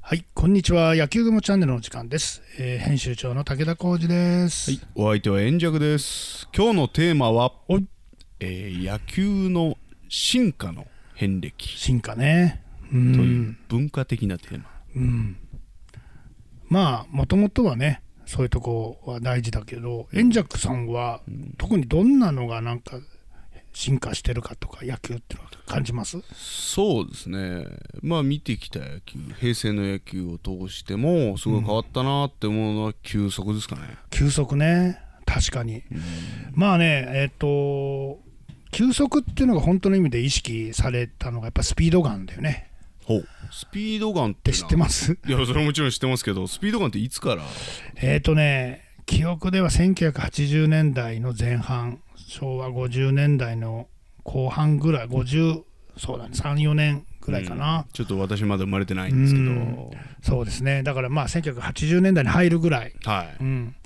はい、こんにちは。野球雲チャンネルの時間です。えー編集長の武田浩二です。はい、お相手は円弱です。今日のテーマは、おいえー野球の進化の遍歴進化ね。うとん。いう文化的なテーマ。うん、まあ、もともとはね、そういうとこは大事だけど、円尺さんは特にどんなのがなんか進化してるかとか、野球っていうのは感じますそうですね。まあ見てきた野球、平成の野球を通してもすごい変わったなって思うのは球速ですかね。球速ね。確かに。まあね、えっ、と、球速っていうのが本当の意味で意識されたのがやっぱスピードガンだよね。ほう。スピードガンっってて知ってますす。いやそれはもちろん知ってますけど、スピードガンっていつから？えーとね、記憶では1980年代の前半、昭和50年代の後半ぐらい、50、そうだね、3、4年ぐらいかな、ちょっと私まだ生まれてないんですけど、うんそうですね、だからまあ1980年代に入るぐらい、はい。うん、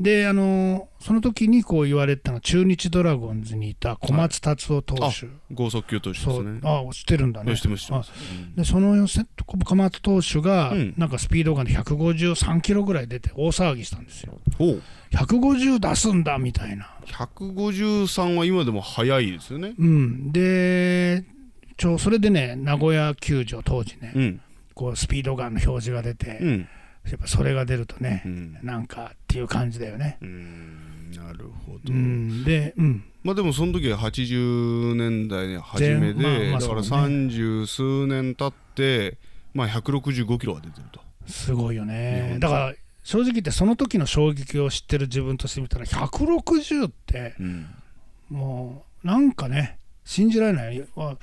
で、あのーその時にこう言われてたのは、中日ドラゴンズにいた小松達夫投手、はい剛速球投手ですそうね。あ知ってるんだね。知ってます知ってます。うんでそのセット小松投手が、うんなんかスピードガンで153キロぐらい出て大騒ぎしたんですよ。ほう。 150出すんだみたいな、 153は今でも速いですよね。うん、でちょそれでね名古屋球場当時ね、うん。こうスピードガンの表示が出て、うん。やっぱそれが出るとねう、ん。なんかっていう感じだよね、うんなるほうど。ん、で、うん、まあでもその時は80年代の初めで、前まあまあだからそうね30数年経って、まあ165キロが出てると。すごいよ日本ね人だから正直言ってその時の衝撃を知ってる自分としてみたら160ってうん。もうなんかね信じられないあ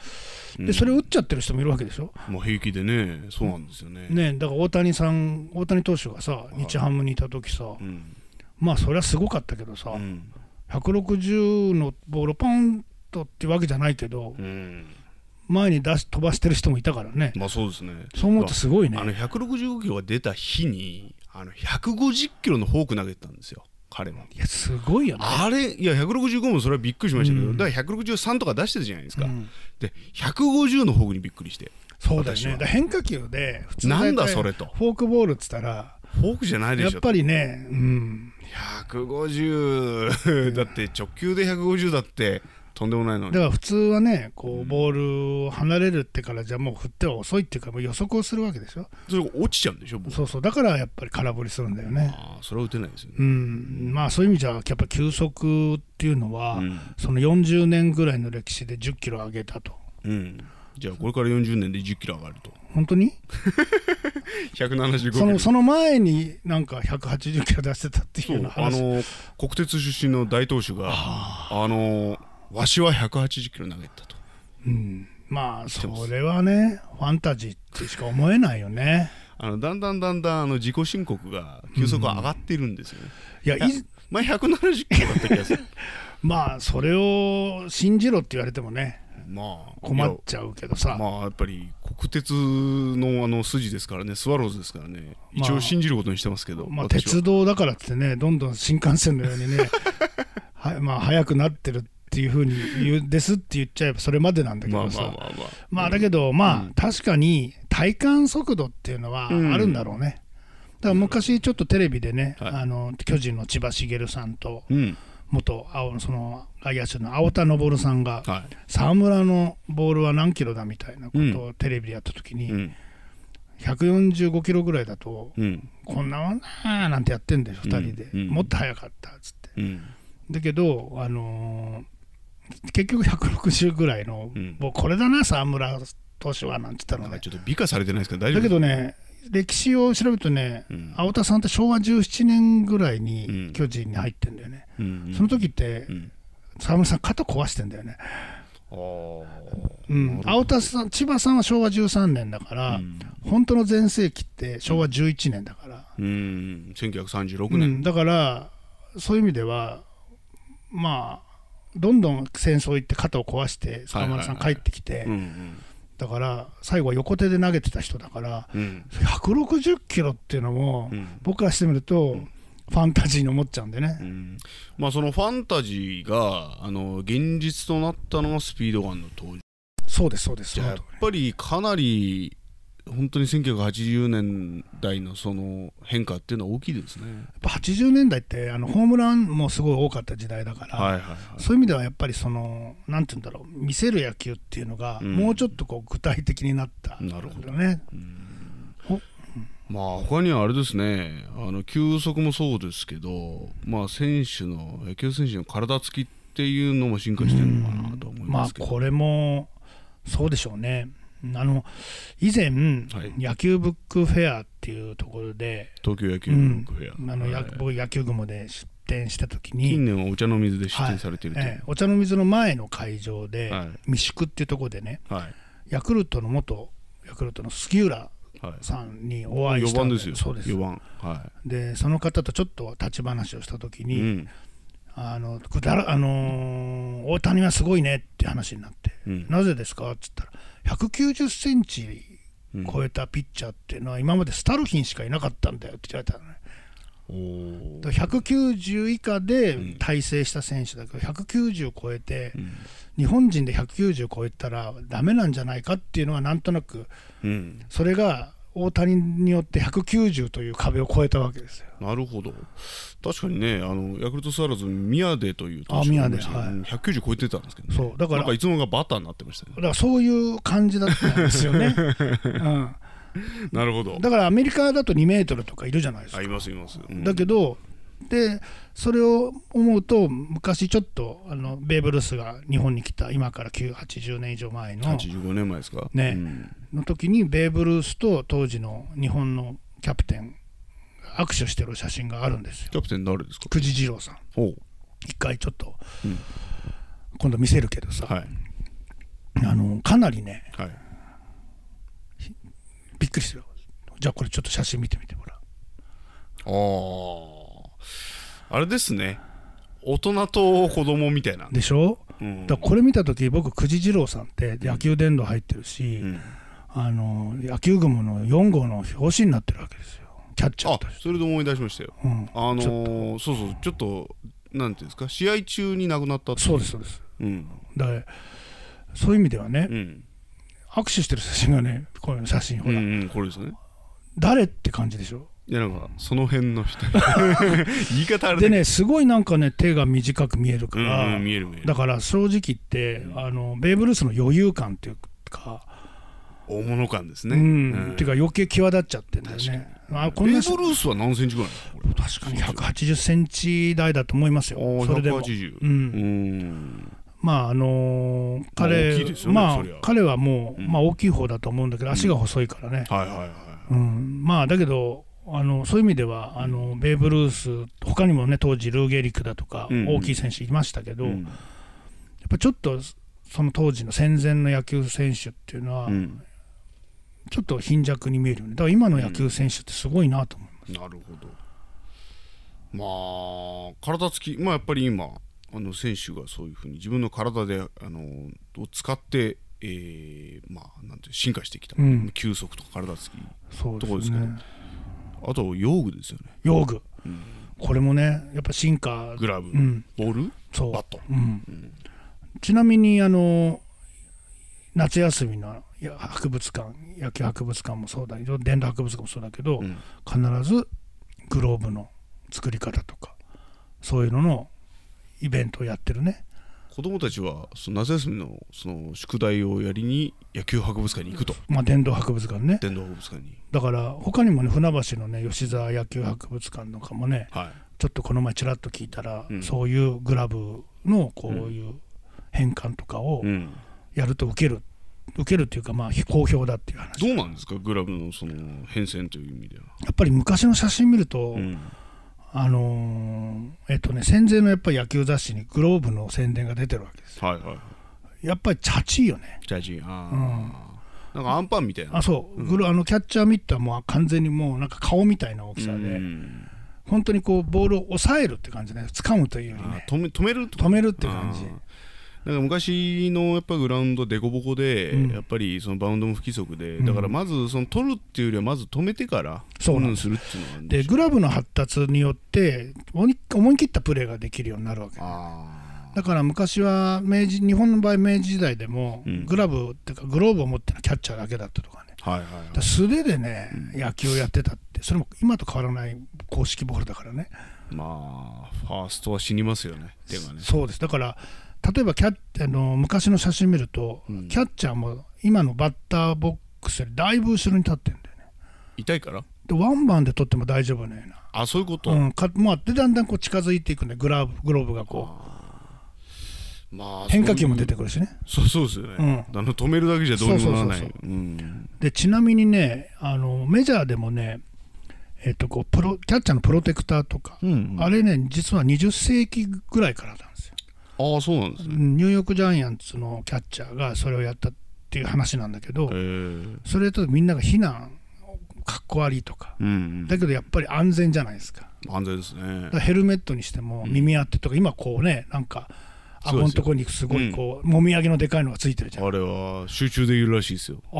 うんでそれを打っちゃってる人もいるわけでしょ、もう平気でね、そうなんですよね。ね、だから大谷さん大谷投手がさい日ハムにいた時さ、うん。まあそれはすごかったけどさ、うん。 160のボールをポンとってわけじゃないけど、うん。前に出し飛ばしてる人もいたからね、まあそうですね。そう思うとすごいねあ。の165キロが出た日に、あの150キロのフォーク投げてたんですよ、彼は。いや、すごいよね。あれいや165もそれはびっくりしましたけど、うんだから163とか出してたじゃないですか、うんで150のフォークにびっくりしてそうだよ私ね。はだから変化球で、普通なんだ大体それとフォークボールっつったら、フォークじゃなやいでっしょぱりね、うん、 150だって直球で150だってとんでもないだのにから普通はね、こうボールを離れるってからじゃもう振っては遅いっていうか、もう予測をするわけでしょ。それが落ちちゃうんでしょ僕そうそう、だからやっぱり空振りするんだよね。あーそれは打てないですよね、うん、まあそういう意味じゃ、やっぱ球速っていうのは、うんその40年ぐらいの歴史で10キロ上げたと。うんじゃあこれから40年で1 0キロ上がると本当に175キそロのその前になんか180キロ出してたっていうそようなうあ話の国鉄出身の大投手があのわしは180キロ投げたとうん、まあそれはねファンタジーってしか思えないよねあのだんだんだんだんあの自己申告が急速が上がっているんですよね、いやい前170キロだった気がする まあそれを信じろって言われてもねまあ困っちゃうけどいさ、やまあやっぱり国鉄のあの筋ですからねスワローズですからねまあ一応信じることにしてますけど、まあ、私は鉄道だからってねどんどん新幹線のようにね は、まあ、速くなってるっていうふうに言うですって言っちゃえばそれまでなんだけまあどまあさ、まあまあまあだけどまあ、確かに体感速度っていうのはあうんるんだろうね、だから昔ちょっとテレビでね、はいあの巨人の千葉茂さんとうん元青その外野手の青田昇さんがは沢村のボールは何キロだみたいなことをテレビでやった時いに、うん145キロぐらいだとうんこんなもんなーなんてやってんで2人で、うんうんもっと速かったっつってうんだけど、あのー結局160ぐらいの、うんもうこれだな沢村投手はなんて言ったなんのかねちょっと美化されてないですか大だ丈夫けどね歴史を調べるとね、うん青田さんって昭和17年ぐらいうにん巨人に入ってんだよね、うんその時ってうん沢村さん肩壊してんだよねあーうん、なるほ青田さん千葉さんは昭和13年だから、どうん本当の全盛期って昭和11年だから、うん1936うん、年、だからそういう意味ではまあどんどん戦争行って肩を壊して沢村さんはいはいは帰いってきて、うんだから最後は横手で投げてた人だからうんうん160キロっていうのも、うん僕からしてみると、んファンタジーに思っちゃうんでね、うんまあそのファンタジーがあの現実となったのがスピードガンの登場そうですそうですじゃあやっぱりかなり本当に1980年代のその変化っていうのは大きいですね。ぱ80年代ってあのホームランもすごい多かった時代だから、はいはいはい。そういう意味ではやっぱりそのなんて言うんだろう見せる野球っていうのが、うんもうちょっとこう具体的になったなるほどねまあ他にはあれですね、あの球速もそうですけど、まあ選手の野球選手の体つきっていうのも進化してるのかなと思いままあすけど。これもそうでしょうねあの以前、はい野球ブックフェアっていうところで東京野球のフェア。あの、やはい僕野球部で出展した時に近年はお茶の水で出展されているというええお茶の水の前の会場で、はい未宿っていうところでねはいヤクルトの元ヤクルトの杉浦はい。さんにお会いし4た番んですよ。そうです4番。はでその方とちょっと立ち話をした時い。に、うん。あのくだらあのー大谷はすごいねって話になって、うんなぜですかって言ったら190センチうん超えたピッチャーっていうのは今までスタルヒンしかいなかったんだよって言われたのねおーだから190以下でん大成した選手だけど190超えてうん日本人で190超えたらダメなんじゃないかっていうのはなんとなくうん。それが大谷によって190という壁を超えたわけですよ。なるほど確かにねあのヤクルトスワローズ宮出という投手がいましたけどあ宮出はいうん190超えてたんですけど、ね、そうだからなんかいつの間にかバターになってましたねだからそういう感じだったんですよ ね。うんなるほどだからアメリカだと2メートルとかいるじゃないですあか。いますいます、うんだけどでそれを思うと昔ちょっとあのベーブ・ルースが日本に来た今から9 80年以上前の85年前ですかねうんの時にベーブ・ルースと当時の日本のキャプテンが握手してる写真があるんですよキャプテン誰ですか久慈二郎さんおう一回ちょっと、うん今度見せるけどさ、はいあのかなりねはいびっくりしてるじゃあこれちょっと写真見てみてほらあーあれですね大人と子供みたいな、でしょうんだからこれ見た時僕久慈二郎さんって野球殿堂入ってるし、うんあの野球雲の4号の表紙になってるわけですよキャッチャーあとして、それで思い出しましたようん、あのちーそうそうちょっとなんていうんですか試合中に亡くなったってそうですそうですうんだからそういう意味ではね、うん握手してる写真がねこういう写真ほうら、んうんこれですね誰って感じでしょいやなんかその辺の人 言い方あれでだけねすごいなんかね手が短く見えるかどうら、んうん見える見えるだから正直言って、うんあのベーブ・ルースの余裕感っていうか、大物感ですねうんうんっていうか余計際立っちゃってんだよねあこんベなーブ・ルースは何センチぐらいなのこれ確かに180センチ台だと思いますよああそれでも、 180う、うんんまああのーまあ大き彼いですよねまあ、そりゃ彼はもう、うんまあ、大きい方だと思うんだけど足が細いからね、はいはいはいうんまあだけどあのそういう意味ではあのベーブ・ルース他にもね当時ルー・ゲリックだとか、うん大きい選手いましたけど、うやっんぱちょっとその当時の戦前の野球選手っていうのは、うんちょっと貧弱に見えるよねだから今の野球選手ってすごいなと思う、なるほどまあ体つきまあやっぱり今あの選手がそういうふうに自分の体であのを使ってえーまあなんていう進化してきた、うん球速とか体つきそうどうでですすかねあと用具ですよね用具、これもねやっぱ進化グラブ、うんボールそうバットうんちなみにあの夏休みのいや博物館野球博物館もそうだけど伝道博物館もそうだけど、うん必ずグローブの作り方とかそういうののイベントをやってるね子供たちはその夏休みのその宿題をやりに野球博物館に行くとまあ伝道博物館ね電動博物館にだから他にもね船橋のね吉沢野球博物館とかもねはいちょっとこの前ちらっと聞いたら、うんそういうグラブのこういう変換とかをうん、やると受ける受けるっていうかまあ非好評だっていう話どうなんですかグラブのその変遷という意味では、やっぱり昔の写真見ると、うんあのーえっとね戦前のやっぱり野球雑誌にグローブの宣伝が出てるわけですはいはいやっぱりチャチいよねジャージーあー、なんかアンパンみたいなあそう、グロあのキャッチャーミットはもう完全にもうなんか顔みたいな大きさで、うん本当にこうボールを抑えるって感じね掴むというよりあーね止め止めるって止めるっていう感じあーなんか昔のやっぱグラウンドデコボコで、うんやっぱりそのバウンドも不規則で、うんだからまずその取るっていうよりはまず止めてからそうなんんするっていうのがあるんでしょグラブの発達によって思い思い切ったプレーができるようになるわけあだから昔は明治日本の場合明治時代でも、うんグラブっていうかグローブを持ってるキャッチャーだけだったとかねはいはいはいだから素手でね、野球をやってたって、それも今と変わらない公式ボールだからね、まあファーストは死にますよね手がねそうです、だから、例えばキャッあの昔の写真見ると、うんキャッチャーも今のバッターボックスよりだいぶ後ろに立ってるんだよね、痛いからでワンバンで取っても大丈夫ねな、あそういうこと、うんかまあ、でだんだんこう近づいていくんで、グラブグローブがこまあう変化球も出ててくるしね。そうそうですよね、あの止めるだけじゃどうにもならないそうそううんでちなみにねあのメジャーでもね、えっとこうプロキャッチャーのプロテクターとか、うんあれね実は20世紀ぐらいからなんですよ、ああそうなんですねニューヨークジャイアンツのキャッチャーがそれをやったっていう話なんだけど、へえうんそれとみんなが非難かっこ悪いとかうんだけどやっぱり安全じゃないですか安全ですねだからヘルメットにしても耳当てとか、今こうねなんかそ顎うでのすよとこにすごいこう、もみあげのでかいのがついてるじゃんああれは集中できるらしいですよああー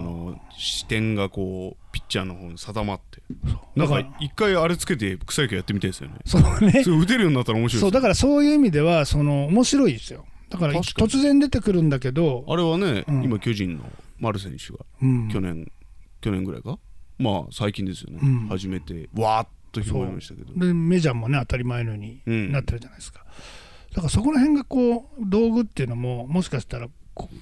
の視点がこうピッチャーの方に定まってそうだなんかから一回あれつけて草野球やってみたいですよねそうねそれ打てるようになったら面白いですそうよだからそういう意味ではその面白いですよだから確かに突然出てくるんだけど、あれはね、うん今巨人の丸選手がうん去年、去年ぐらいかまあ最近ですよね、うん初めてわーっと広がりましたけどでメジャーもね当たり前のようにうんなってるじゃないですか、だからそこら辺がこう道具っていうのももしかしたらこう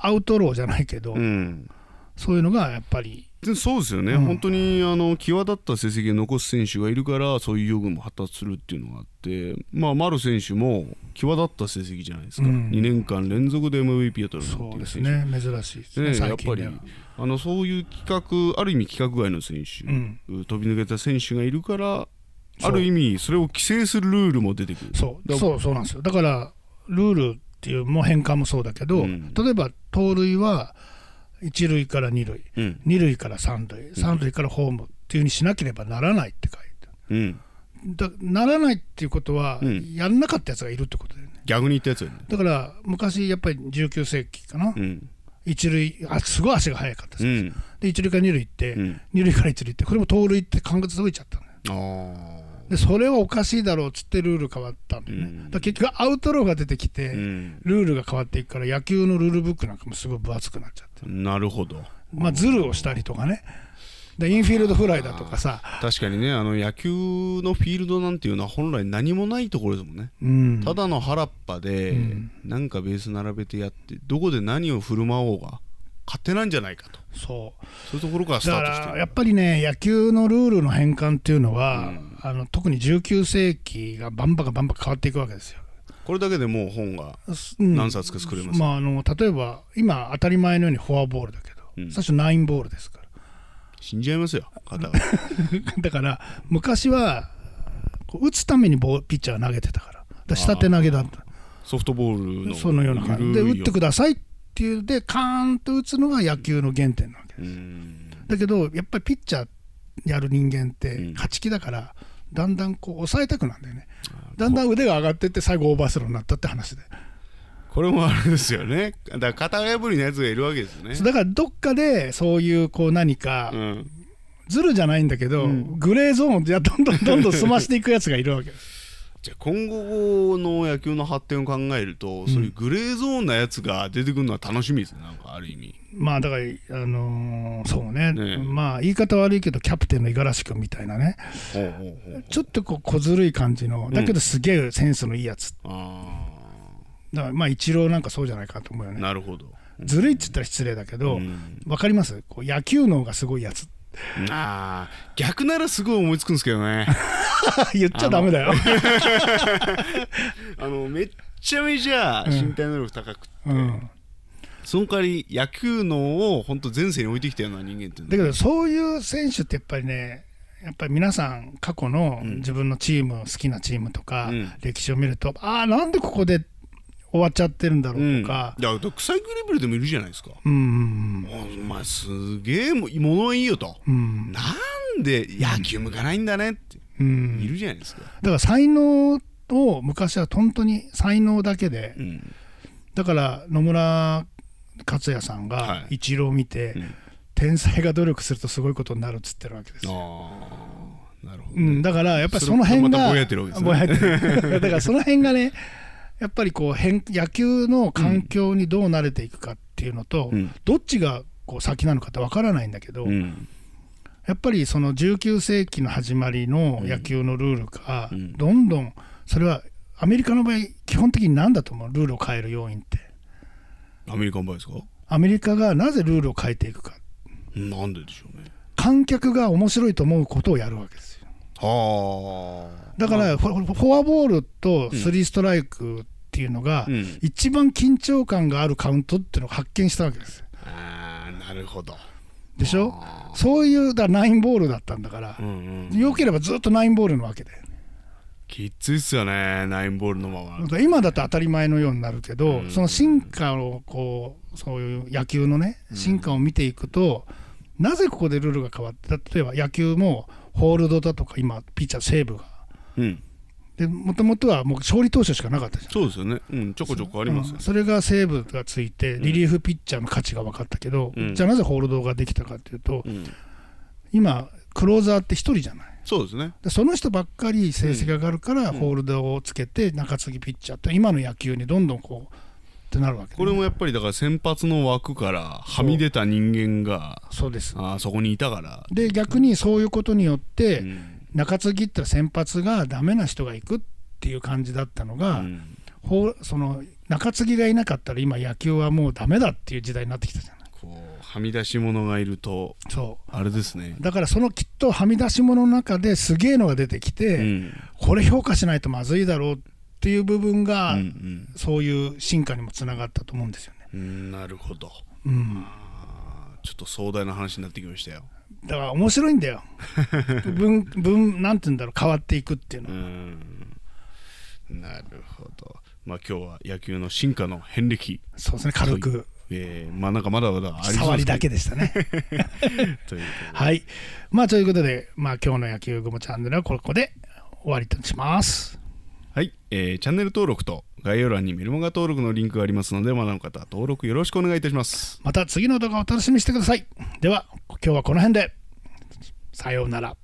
アウトローじゃないけど、うんそういうのがやっぱりでそうですよね、うん本当にあの際立った成績を残す選手がいるからそういう用具も発達するっていうのがあって、まあ、丸選手も際立った成績じゃないですか、うん2年間連続で MVP を取るなんそてういでうす選手ね珍しいですねでやっ最ぱ近でりはあのそういう企画ある意味規格外の選手、うん飛び抜けた選手がいるからそうある意味それを規制するルールも出てくるそうだからそうそうなんですよだからルールっていうも変換もそうだけど、うん例えば盗塁は一塁から二塁うん二塁から三塁三塁からホームっていうふうにしなければならないって書いてあるうん、だならないっていうことは、うんやんなかったやつがいるってことだよね逆に言ったやつよねだから昔やっぱり19世紀かな、うん一塁あすごい足が速かったです、うんで一塁から二塁行って、うん二塁から一塁行ってこれも盗塁って感覚づいちゃったんだよあでそれはおかしいだろうっつってルール変わったんだよね、うんだから結局アウトローが出てきて、ーうんルールが変わっていくから野球のルールブックなんかもすごい分厚くなっちゃってなるほどまあズルをしたりとかねでインフィールドフライだとかさ、確かにねあの野球のフィールドなんていうのは本来何もないところですもんね、うん、ただの原っぱで、うんなんかベース並べてやってどこで何を振る舞おうが勝手なんじゃないかとそうそういうところからスタだートしてかるらやっぱりね野球のルールの変換っていうのは、うんあの特に19世紀がバンバカバンバカ変わっていくわけですよ。これだけでもう本がすうん何冊か作れます、まあ、あの例えば今当たり前のようにフォアボールだけど、うん最初ナインボールですから死んじゃいますよ 肩がだから昔はこう打つためにボーピッチャーが投げてたからだから下手投げだったソフトボールのそのような感じで緩い打ってくださいっていうでカーンと打つのが野球の原点なわけうんだけどやっぱりピッチャーやる人間っうんて勝ち気だから、だんだんこう抑えたくなんだよねだんだん腕が上がってって最後オーバースローになったって話で、これもあれですよねだから型破りのやつがいるわけですよねそうだからどっかでそういうこう何か、うんズルじゃないんだけど、グレーゾーンをどんどん どんどん済ましていくやつがいるわけですじゃあ今後の野球の発展を考えると、そういうグレーゾーンなやつが出てくるのは楽しみですねなんかある意味まあだからあのーそうねねえまあ言い方悪いけどキャプテンの五十嵐君みたいなねほうほうほうちょっとこう小ずるい感じのだけどすげえセンスのいいやつあだからまあ一郎なんかそうじゃないかと思うよあねなるほど、ずるいっつったら失礼だけど、うんわかりますこう野球脳がすごいやつ ああ逆ならすごい思いつくんですけどね 言っちゃダメだよ、あのめっちゃめちゃ身体能力高くて、 うん、その代わり野球脳を本当前世に置いてきたような人間っていうだけのはどそういう選手ってやっぱりねやっぱり皆さん過去の自分のチーム、好きなチームとか、うん歴史を見るとああなんでここで終わっちゃってるんだろうんうとか、いやだから草グレベルでもいるじゃないですか、うんうんお前すげえも物はいいよと、うんなんで野球向かないんだねってうんいるじゃないですか、だから才能を昔は本当に才能だけで、うんだから野村克也さんはがいイチローを見て、うん天才が努力するとすごいことになるっつってるわけですよああなるほど、うん、だからやっぱりその辺がそれまたぼやいてるわけですねぼやいてる だからその辺がねやっぱりこう変野球の環境にどう慣れていくかっていうのと、うんどっちがこう先なのかってわからないんだけど、うんやっぱりその19世紀の始まりの野球のルールが、うんどんどんそれはアメリカの場合基本的に何だと思うルールを変える要因ってアメリカンバイですかアメリカがなぜルールを変えていくかなんででしょうね観客が面白いと思うことをやるわけですよはあだからフォフォアボールとスリーストライクっていうのが、うん一番緊張感があるカウントっていうのを発見したわけですあーなるほどでしょそういうだナインボールだったんだからう、んうん良ければずっとナインボールなわけできついっすよねナインボールのままだから今だと当たり前のようになるけど、うんその進化をこうそういう野球のね進化を見ていくと、なぜここでルールが変わって例えば野球もホールドだとか今ピッチャーセーブがうんでもともとはもう勝利投手しかなかったじゃんそうですよねうんちょこちょこありますようんそれがセーブがついてリリーフピッチャーの価値が分かったけど、うんじゃあなぜホールドができたかっていうとうん今クローザーって1人じゃないそうですねでその人ばっかり成績が上がるからうんホールドをつけて中継ぎピッチャーって今の野球にどんどんこうってなるわけね、これもやっぱりだから先発の枠からはみ出た人間がそうですあーそこにいたからで逆にそういうことによっうてん中継ぎってのは先発がダメな人が行くっていう感じだったのが、うんほうその中継ぎがいなかったら今野球はもうダメだっていう時代になってきたじゃないこうはみ出し者がいるとそあれですねうだからそのきっとはみ出し物の中ですげえのが出てきて、これ評価しないとまずいだろうっていう部分うんが、うんそういう進化にもつながったと思うんですよね。うんなるほどうん、ちょっと壮大な話になってきましたよだから面白いんだよ分分なんて言うんだろう変わっていくっていうのうは、んなるほどまあ今日は野球の進化の遍歴そうですね軽くえー、まあなんかまだまだありそうですね触りだけでしたねというはいまあということで、まあ、今日の野球ゴムチャンネルはここで終わりとしますはい、えーチャンネル登録と概要欄にメルマガ登録のリンクがありますのでまだの方は登録よろしくお願いいたしますまた次の動画をお楽しみにしてくださいでは今日はこの辺でさようなら